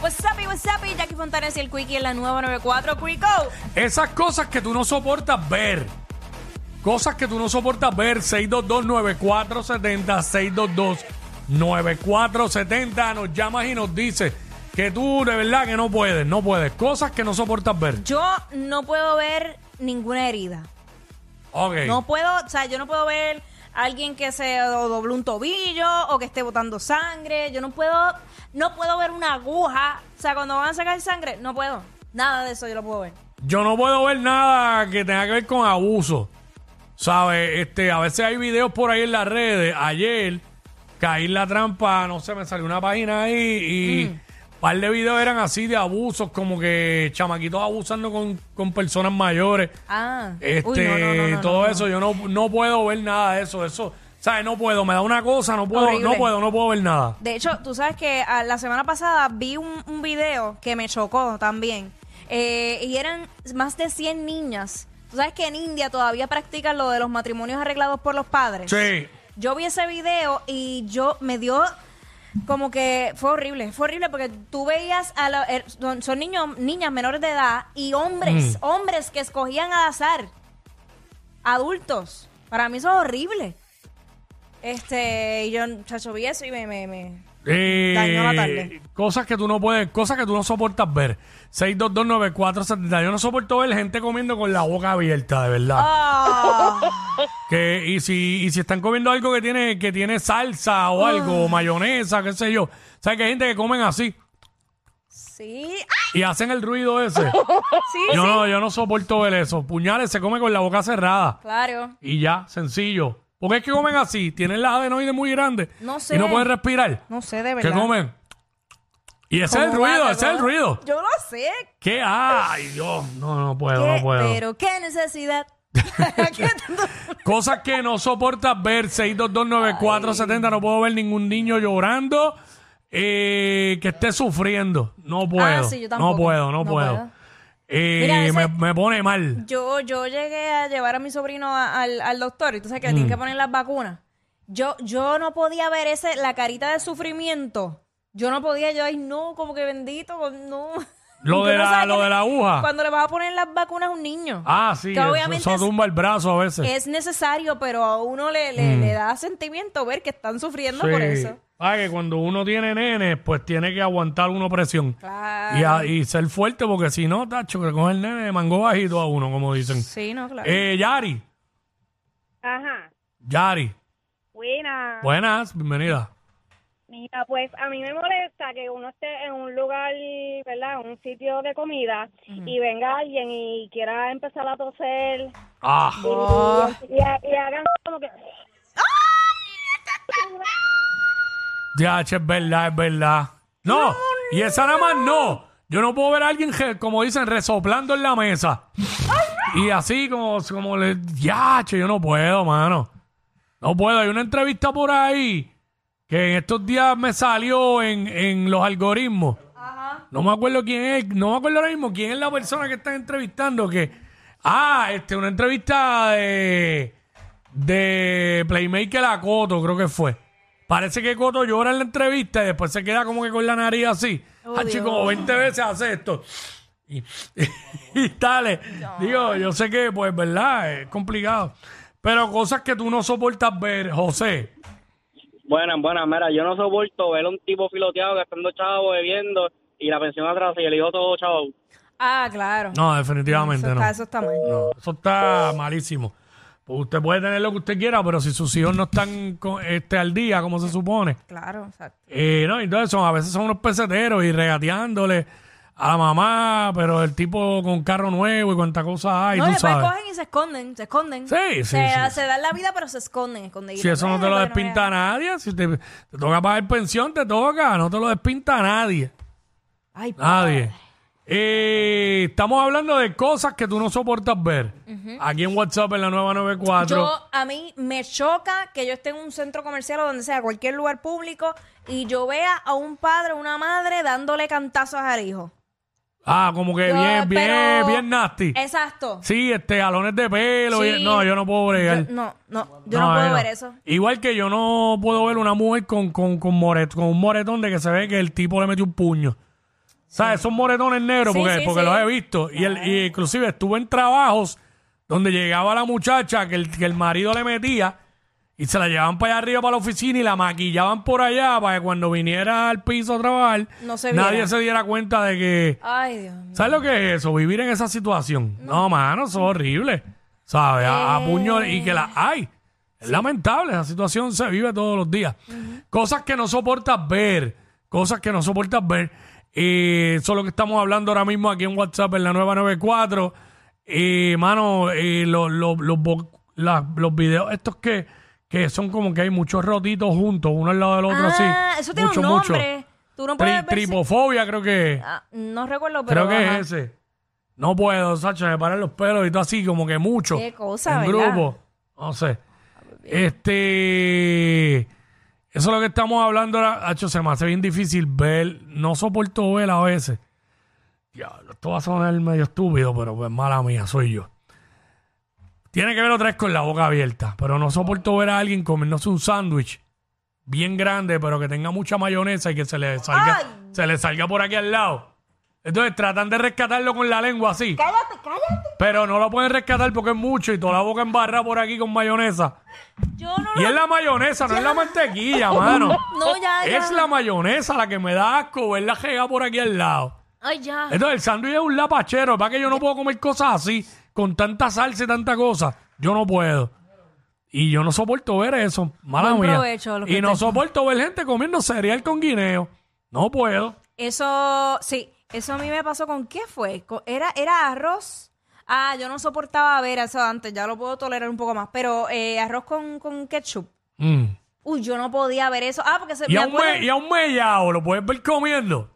What's up, y what's up, y Jackie Fontanes y el Quickie en la nueva 94, Quico. Esas cosas que tú no soportas ver. Cosas que tú no soportas ver. 622-9470, 622-9470. Nos llamas y nos dices que tú de verdad que no puedes, no puedes. Cosas que no soportas ver. Yo no puedo ver ninguna herida. Ok. No puedo, o sea, yo no puedo ver a alguien que se do- dobló un tobillo o que esté botando sangre. Yo no puedo, no puedo ver una aguja. O sea, cuando van a sacar sangre, no puedo. Nada de eso yo lo puedo ver. Yo no puedo ver nada que tenga que ver con abuso. ¿Sabes? Este, a veces hay videos por ahí en las redes. Ayer caí en la trampa, no sé, me salió una página ahí y Mm. un par de videos eran así de abusos, como que chamaquitos abusando con, con personas mayores. Ah, Este, uy, no, no, no, no, todo no, no. eso, yo no, no puedo ver nada de eso. Eso, ¿sabes? No puedo, me da una cosa, no puedo, Horrible. no puedo, no puedo ver nada. De hecho, tú sabes que ah, la semana pasada vi un, un video que me chocó también. Eh, y eran más de 100 niñas. Tú sabes que en India todavía practican lo de los matrimonios arreglados por los padres. Sí. Yo vi ese video y yo me dio como que fue horrible, fue horrible porque tú veías a la- er- son, son niños, niñas menores de edad y hombres, Mm. hombres que escogían al azar, adultos. Para mí eso es horrible. Este, y yo, chacho, vi eso y me, me, me- Eh, Dañó la tarde. Cosas que tú no puedes, cosas que tú no soportas ver. 6229470. Yo no soporto ver gente comiendo con la boca abierta, de verdad. Ah, Que, y si, y si están comiendo algo que tiene, que tiene salsa Ah. o algo, o mayonesa, qué sé yo. ¿Sabes que hay gente que comen así sí, y hacen el ruido ese? ah, sí, yo sí. no, yo no soporto ver eso. Puñales se come con la boca cerrada. Claro. Y ya, sencillo. Porque es que comen así, tienen las adenoides muy grandes No sé. y no pueden respirar. No sé, de ¿Qué verdad. comen? Y ese es el Como ruido, vaca, ese es el como- ruido. Yo lo sé. ¿Qué? Ay, Dios, no, no puedo, ¿Qué? no puedo. Pero qué necesidad. ¿Qué tanto? Cosas que no soportas ver, 6229470, no puedo ver ningún niño llorando eh, que esté sufriendo. No puedo. Ah, sí, yo tampoco. No puedo, no, No puedo. puedo. Eh, Mira, a veces- me, me pone mal. Yo, yo llegué a llevar a mi sobrino a- al, al doctor y tú sabes que le Mm. tienen que poner las vacunas. Yo, yo no podía ver ese, la carita de sufrimiento. Yo no podía, yo, ay, no, como que bendito, pues, no. Lo Yo de no la- sabía lo que- de la aguja. Cuando le vas a poner las vacunas a un niño. Ah, sí, Que eso, obviamente eso es- tumba el brazo a veces. Es necesario, pero a uno le, le, le da sentimiento ver que están sufriendo por Mm. Sí. eso. Ah, que cuando uno tiene nene, pues tiene que aguantar una presión. Claro. Y, a- y ser fuerte, porque si no, tacho, que coge el nene de mango bajito a uno, como dicen. Sí, no, claro. Eh, Yari, Ajá, Yari, buena. buenas, bienvenida. Mira, pues a mí me molesta que uno esté en un lugar, ¿verdad? Un sitio de comida y venga alguien y quiera empezar a toser Ah, y, y, y hagan como que... ya, es verdad, es verdad. No, y esa nada más no. Yo no puedo ver a alguien, que, como dicen, resoplando en la mesa. Y así como, como le... Ya, yo no puedo, mano. No puedo. Hay una entrevista por ahí que en estos días me salió en, en los algoritmos. No me acuerdo quién es, no me acuerdo ahora mismo quién es la persona que están entrevistando que ah, este una entrevista de de Playmaker a Coto, creo que fue. Parece que Coto llora en la entrevista y después se queda como que con la nariz así. Ah, chico, como 20 veces hace esto. Y, y dale. Digo, yo sé que, pues, verdad, es complicado. Pero cosas que tú no soportas ver, José. Buenas, buenas, mira, yo no soporto ver a un tipo filoteado gastando chavo, bebiendo y la pensión atrás y el hijo todo chavo. ah, claro. No, eso, definitivamente no. está, eso está mal. No, eso está malísimo. Pues usted puede tener lo que usted quiera, pero si sus hijos no están con- este, al día, como se supone. Claro, exacto. Eh, no, entonces son- a veces son unos peseteros y regateándole. a la mamá, pero el tipo con carro nuevo y cuánta cosa hay, no, tú después sabes. cogen y se esconden, se esconden. Sí, sí, Se, sí. se dan la vida, pero se esconden, esconden. Si eso no te lo despinta nadie, si te, te toca pagar pensión, te toca, no te lo despinta nadie. Ay, padre. Nadie. Eh, estamos hablando de cosas que tú no soportas ver. Aquí en WhatsApp en la nueva 94. Yo, a mí me choca que yo esté en un centro comercial o donde sea, cualquier lugar público, y yo vea a un padre o una madre dándole cantazos al hijo. ah, como que Yo, bien, bien, pero- bien nasty. Exacto. Sí, este, jalones de pelo. Sí. y- no, yo no puedo bregar. Yo- no, no, yo no, eh, puedo ver eso. Igual que yo no puedo ver una mujer con, con, con, moret- con un moretón de que se ve que el tipo le metió un puño. ¿Sabes? Esos moretones negros, Sí, porque, sí, porque sí. los he visto. Y, el, y inclusive estuve en trabajos donde llegaba la muchacha que el, que el marido le metía y se la llevaban para allá arriba para la oficina y la maquillaban por allá para que cuando viniera al piso a trabajar No se viera. nadie se diera cuenta de que... Ay, Dios mío. ¿Sabes lo que es eso? Vivir en esa situación. No, mano, eso es horrible. ¿Sabes? A, a puño y que la hay. Es lamentable, esa situación se vive todos los días. Cosas que no soportas ver, cosas que no soportas ver. Eh, eso es lo que estamos hablando ahora mismo aquí en WhatsApp, en la nueva 94. Eh, mano, eh, los, los, los bo- las- los videos estos que, que son como que hay muchos rotitos juntos, uno al lado del otro así. Ah, eso tiene un nombre. Tú no puedes Tri- ver si- tripofobia creo que es. Ah, no recuerdo, pero. Creo que ajá. es ese. No puedo, Sacha, me paran los pelos y todo así, como que mucho. Qué cosa, En ¿verdad? grupo. No sé. Este. Eso es lo que estamos hablando ahora. Hacho, se me hace bien difícil ver. No soporto ver a veces. Diablo, esto va a sonar medio estúpido, pero pues mala mía, soy yo. Tiene que ver otra vez con la boca abierta. Pero no soporto ver a alguien comiéndose un sándwich bien grande, pero que tenga mucha mayonesa y que se le salga, Ay. se le salga por aquí al lado. Entonces tratan de rescatarlo con la lengua así. Cállate, cállate. Pero no lo pueden rescatar porque es mucho y toda la boca embarrada por aquí con mayonesa. Yo no Y lo. es la mayonesa, no es la mantequilla, mano. No, ya, ya. Es la mayonesa la que me da asco verla llega por aquí al lado. Ay, ya. Entonces el sándwich es un lapachero. Para que yo no puedo comer cosas así, con tanta salsa y tanta cosa. Yo no puedo. Y yo no soporto ver eso. Mala Buen mía. provecho, lo que y no te- soporto ver gente comiendo cereal con guineo. No puedo. Eso, sí, eso a mí me pasó con qué fue. Co- Era, era arroz. Ah, yo no soportaba ver eso antes, ya lo puedo tolerar un poco más, pero eh, arroz con, con ketchup. Mm. Uy, yo no podía ver eso. Ah, porque se Y me a, un acuerdo- me- y a un mellao lo puedes ver comiendo.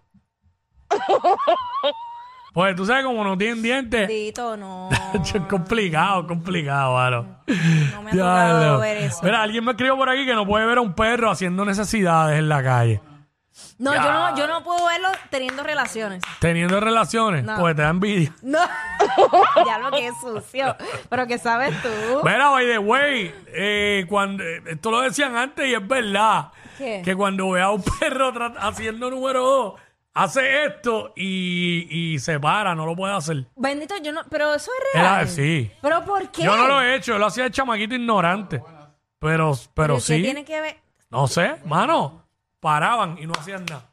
pues tú sabes, como no tienen dientes. Dito, no. Es complicado, complicado, mano. No me ha tocado Diablo. ver eso. Mira, alguien me escribió por aquí que no puede ver a un perro haciendo necesidades en la calle. No, yo no, yo no puedo verlo teniendo relaciones. Teniendo relaciones, No. porque te da envidia. No. ya lo que es sucio. Pero que sabes tú. Mira, by the way, eh, cuando, eh, esto lo decían antes y es verdad. ¿Qué? Que cuando vea a un perro tra- haciendo número dos, hace esto y, y se para, no lo puede hacer. Bendito, yo no, pero eso es Era- real. sí. Pero ¿por qué? Yo no lo he hecho, yo lo hacía de chamaquito ignorante. Pero, pero ¿Qué sí, tiene que ver? no sé, mano, paraban y no hacían nada.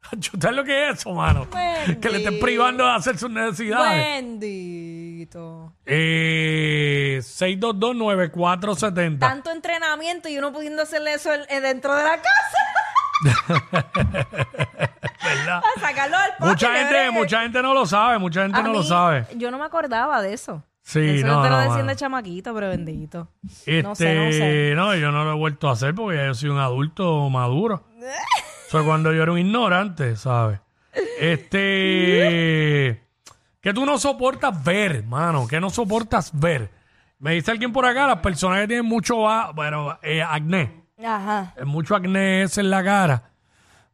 ¿Ustedes lo que es eso, mano? Bendito. Que le estén privando de hacer sus necesidades. Bendito. Eh, 6229470. Tanto entrenamiento y uno pudiendo hacerle eso el- el dentro de la casa. ¿verdad? Para sacarlo al patio. Mucha que gente, bregue. mucha gente no lo sabe, mucha gente A no lo mí, sabe. Yo no me acordaba de eso. Sí, eso no, yo te lo no, decían mano. de chamaquito, pero bendito. Este, No sé, no sé. no, yo no lo he vuelto a hacer porque ya yo soy un adulto maduro. o sea, cuando yo era un ignorante, ¿sabes? Este. que tú no soportas ver, mano. Que no soportas ver. Me dice alguien por acá, las personas que tienen mucho va- bueno, eh, acné. Ajá. eh, Mucho acné es en la cara.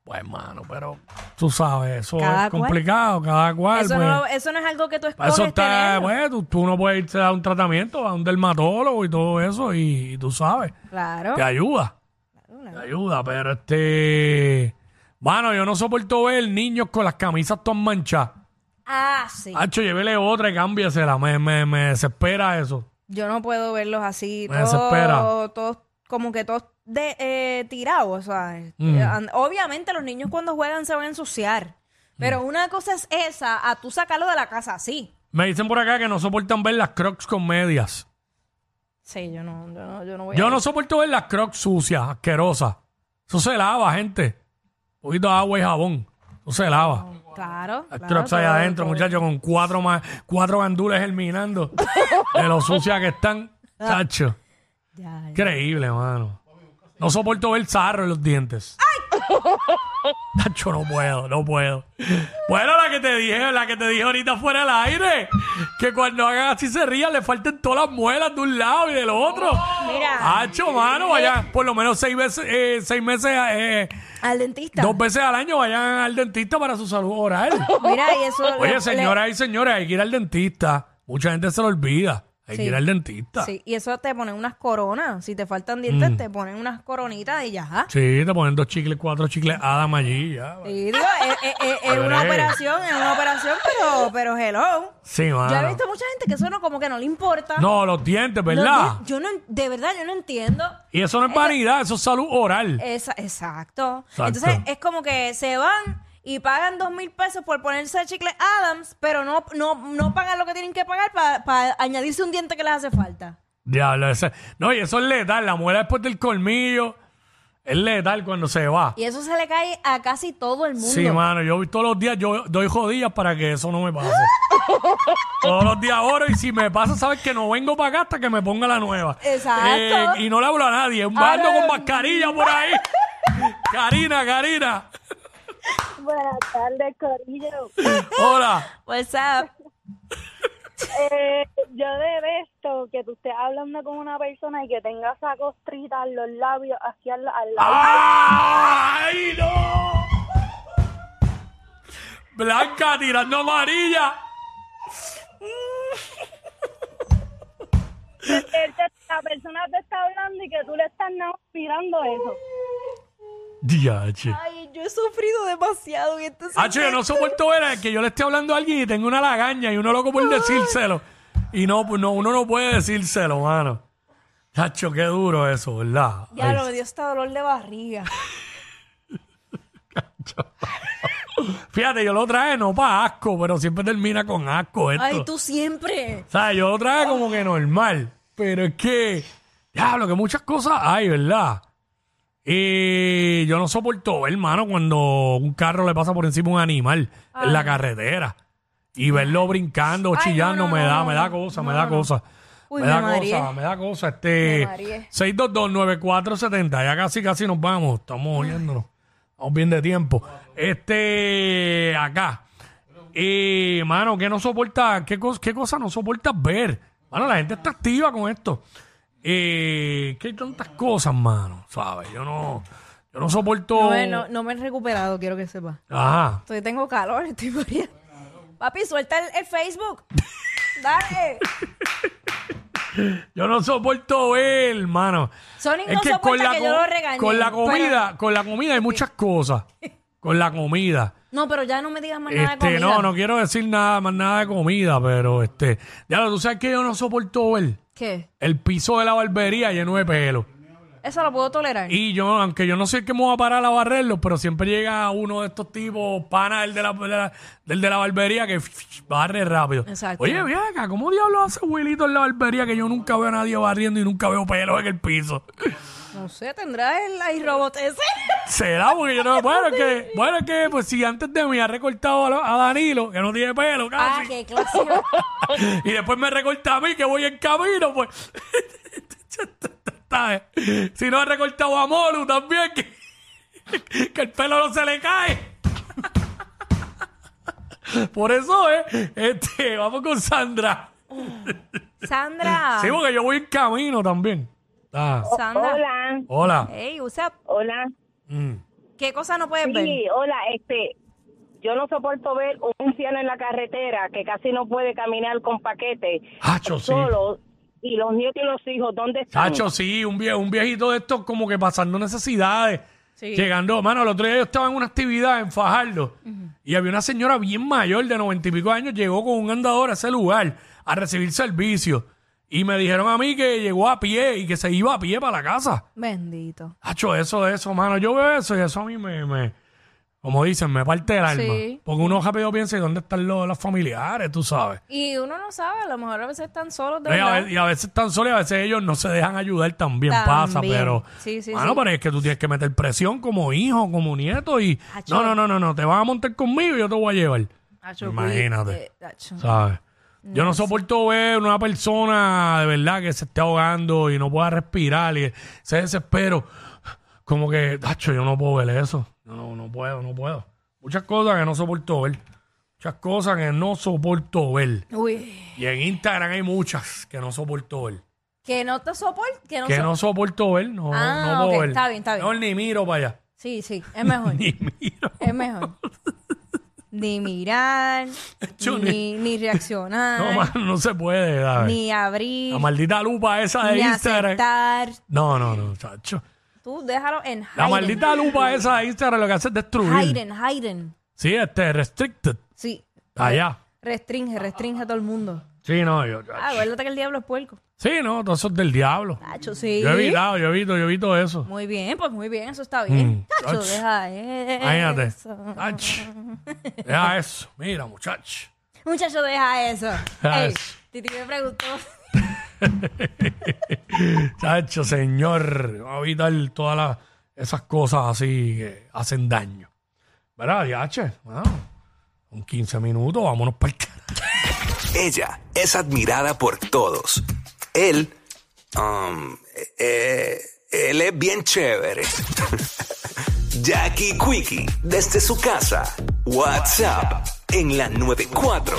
Pues, mano, pero tú sabes, eso Cada es cual. complicado, cada cual. Eso, pues. no, eso no es algo que tú Para escoges eso está, tenerlo. bueno, tú, tú no puedes irte a un tratamiento, a un dermatólogo y todo eso, y, y tú sabes, Claro. te ayuda. Te ayuda, pero este. Bueno, yo no soporto ver niños con las camisas todas manchadas. Ah, sí. Hacho, llévele otra y cámbiasela. Me, me, me desespera eso. Yo no puedo verlos así. Me desespera. Todos, todos, como que todos de, eh, tirados, o sea, eh, Mm. an- Obviamente los niños cuando juegan se van a ensuciar. Pero Mm. una cosa es esa, a tú sacarlo de la casa así. Me dicen por acá que no soportan ver las crocs con medias. Sí, yo no, yo no, yo no voy a- Yo no soporto ver las crocs sucias, asquerosas. Eso se lava, gente. Un poquito de agua y jabón. Tú se lava. Claro. claro, Hay pues, Trops ahí todo, adentro, todo. muchachos, con cuatro, ma- cuatro gandules germinando de lo sucias que están. Ah. Chacho. Ya, ya. Increíble, mano. No soporto ver sarro en los dientes. Chacho, no puedo, no puedo. Bueno, la que te dije, la que te dije ahorita fuera del aire, que cuando hagan así se rían, le falten todas las muelas de un lado y del otro. Mira, Hacho, mano, vayan por lo menos seis veces, eh, seis meses, eh, al dentista. dos veces al año vayan al dentista para su salud oral. Mira, y eso. le- Oye, le- señoras y señores, hay que ir al dentista. Mucha gente se lo olvida. Hay que Sí. ir al dentista. Sí. Sí, y eso te ponen unas coronas. Si te faltan dientes, Mm. te ponen unas coronitas y ya. te ponen dos chicles, cuatro chicles Adam allí. Ya. Y digo, es, es- es- es una Hombre. operación, es una operación, pero, pero hello. Sí, mano. Yo he visto mucha gente que eso no, como que no le importa. No, los dientes, Los ¿verdad? di- Yo no, en- de verdad, yo no entiendo. Y eso no es vanidad, eso es salud oral. Esa- exacto. Exacto. Entonces, es como que se van y pagan dos mil pesos por ponerse el chicle Adams, pero no, no, no pagan lo que tienen que pagar para añadirse un diente que les hace falta. Diablo, ese- No, y eso es letal. La muela después del colmillo es letal cuando se va. Y eso se le cae a casi todo el mundo. Sí, mano, yo vi- todos los días yo doy jodillas para que eso no me pase. todos los días oro y si me pasa, sabes que no vengo para acá hasta que me ponga la nueva. Eh, Exacto. y no le hablo a nadie, un bando Ahora- con mascarilla por ahí. Karina, Karina. Buenas tardes, Corillo. Hola. What's up? Eh, yo de esto, que tú estés hablando con una persona y que tenga esa costrita en los labios hacia el, al lado. Ah. ¡Ay, no! Blanca tirando amarilla. Él te- la persona te está hablando y que tú le estás nada más mirando eso. Diache. Ay, yo he sufrido demasiado en este Hacho, yo no soporto ver a que yo le esté hablando a alguien y tengo una lagaña y uno loco por decírselo. Y no, pues, no, uno no puede decírselo, mano. Hacho, qué duro eso, ¿verdad? Ya Ay, lo me dio hasta dolor de barriga. Fíjate, yo lo traje no para asco, pero siempre termina con asco esto. Ay, tú siempre. O sea, yo lo traje como que normal. Pero es que, diablo, que muchas cosas hay, ¿verdad? Y yo no soporto, ver, hermano, cuando un carro le pasa por encima un animal en la carretera y verlo brincando o Ah. Ay, chillando no, no, me no, da, no, me da no. cosa, No, me da no, no. cosa. Uy, me me da mareé. cosa, me da cosa. Me Este mareé. 6229470, ya casi casi nos vamos, estamos oyéndonos. Estamos bien de tiempo. Este acá. Y, Eh, mano, ¿qué no soporta? ¿Qué, cos- qué cosa no soportas ver? Mano, la gente está activa con esto. Eh, que hay tantas cosas, mano, ¿sabes? Yo no, yo no soporto. No me, no- no me he recuperado, quiero que sepa. Ajá. Estoy, tengo calor, estoy muriendo. Papi, suelta el, el Facebook. Dale. Yo no soporto ver, mano. Sonic no soporta que yo co- lo regañe, con la pero- comida, con la comida hay muchas cosas. Con la comida. No, pero ya no me digas más nada de Este, comida. no, no quiero decir nada más nada de comida, pero este, ya lo- tú sabes que yo no soporto ver ¿Qué? el piso de la barbería lleno de pelo. Eso lo puedo tolerar. Y yo, aunque yo no sé qué me voy a parar a barrerlo, pero siempre llega uno de estos tipos, pana del de la, de la- del de la barbería, que barre rápido. Exacto. Oye, ven acá, ¿cómo diablos hace Wilito en la barbería que yo nunca veo a nadie barriendo y nunca veo pelo en el piso? No sé, tendrá el iRobot ese. Será porque yo no. Bueno, es que, bueno, es que pues si antes de mí ha recortado a, lo- a Danilo, que no tiene pelo ah, casi, qué clase. y después me recorta a mí, que voy en camino, pues. ¿Sabes? si no ha recortado a Molu también, que, que el pelo no se le cae. Por eso, ¿eh? Este, vamos con Sandra. Sandra. Sí, porque yo voy en camino también. Ah, Sandra. Hola, hola. Ey, usa. hola. Mm. ¿Qué cosa no puedes ver? Sí, hola, este, yo no soporto ver un anciano en la carretera que casi no puede caminar con paquetes Hacho, sí. solo y los nietos y los hijos, ¿dónde están? Chacho, sí, un, vie- un viejito de estos como que pasando necesidades. Sí. Llegando, mano, el otro día yo estaba en una actividad en Fajardo y había una señora bien mayor de noventa y pico años, llegó con un andador a ese lugar a recibir servicio. Y me dijeron a mí que llegó a pie y que se iba a pie para la casa. Bendito. Hacho, eso, eso, mano. Yo veo eso y eso a mí me, me, Como dicen, me parte el alma. Sí. Porque uno rápido piensa, ¿y dónde están los, los familiares? Tú sabes. Y uno no sabe, a lo mejor a veces están solos de Y a, verdad. ve- y a veces tan solo y a veces ellos no se dejan ayudar también, pasa, También. pero. Sí, sí, Mano, sí. pero es que tú tienes que meter presión como hijo, como nieto y. Acho. No, no, no, no, no, te vas a montar conmigo y yo te voy a llevar. Acho, Imagínate. eh, acho. ¿Sabes? Yo no soporto ver una persona de verdad que se esté ahogando y no pueda respirar y se desespero. Como que, tacho, yo no puedo ver eso. No, no, no puedo, no puedo. Muchas cosas que no soporto ver. Muchas cosas que no soporto ver. Uy. Y en Instagram hay muchas que no soporto ver. Que no te soporte, que no que so- no soporto ver, no, Ah, no puedo ok, ver. está bien, está bien. No, ni miro para allá. Sí, sí, es mejor. Ni miro. es mejor. Ni mirar, Yo ni, ni reaccionar, No, mano, no se puede, ¿sabes? ni abrir, La maldita lupa esa de ni Instagram. aceptar. No, no, no, chacho. Tú déjalo en Hayden. La maldita lupa esa de Instagram lo que hace es destruir. Hayden, Hayden. Sí, este, restricted. Sí. Allá. Restringe, restringe a todo el mundo. Sí, no, yo. Ah, acuérdate que el diablo es puerco. Sí, no, todo eso es del diablo. Tacho, sí. Yo he evitado, yo evito, yo evito eso. Muy bien, pues muy bien, eso está bien. Mm. Tacho, Ach. deja eso. Imagínate. Ach. Deja eso. Mira, muchacho. Muchacho, deja eso. Deja Ey, eso. Titi me preguntó. Chacho, señor. Vamos a evitar todas las- esas cosas así que hacen daño. ¿Verdad, Yache? Bueno, con 15 minutos, vámonos para el carajo. Ella es admirada por todos. Él, um, eh, él es bien chévere. Jackie Quickie, desde su casa. WhatsApp, en la 94.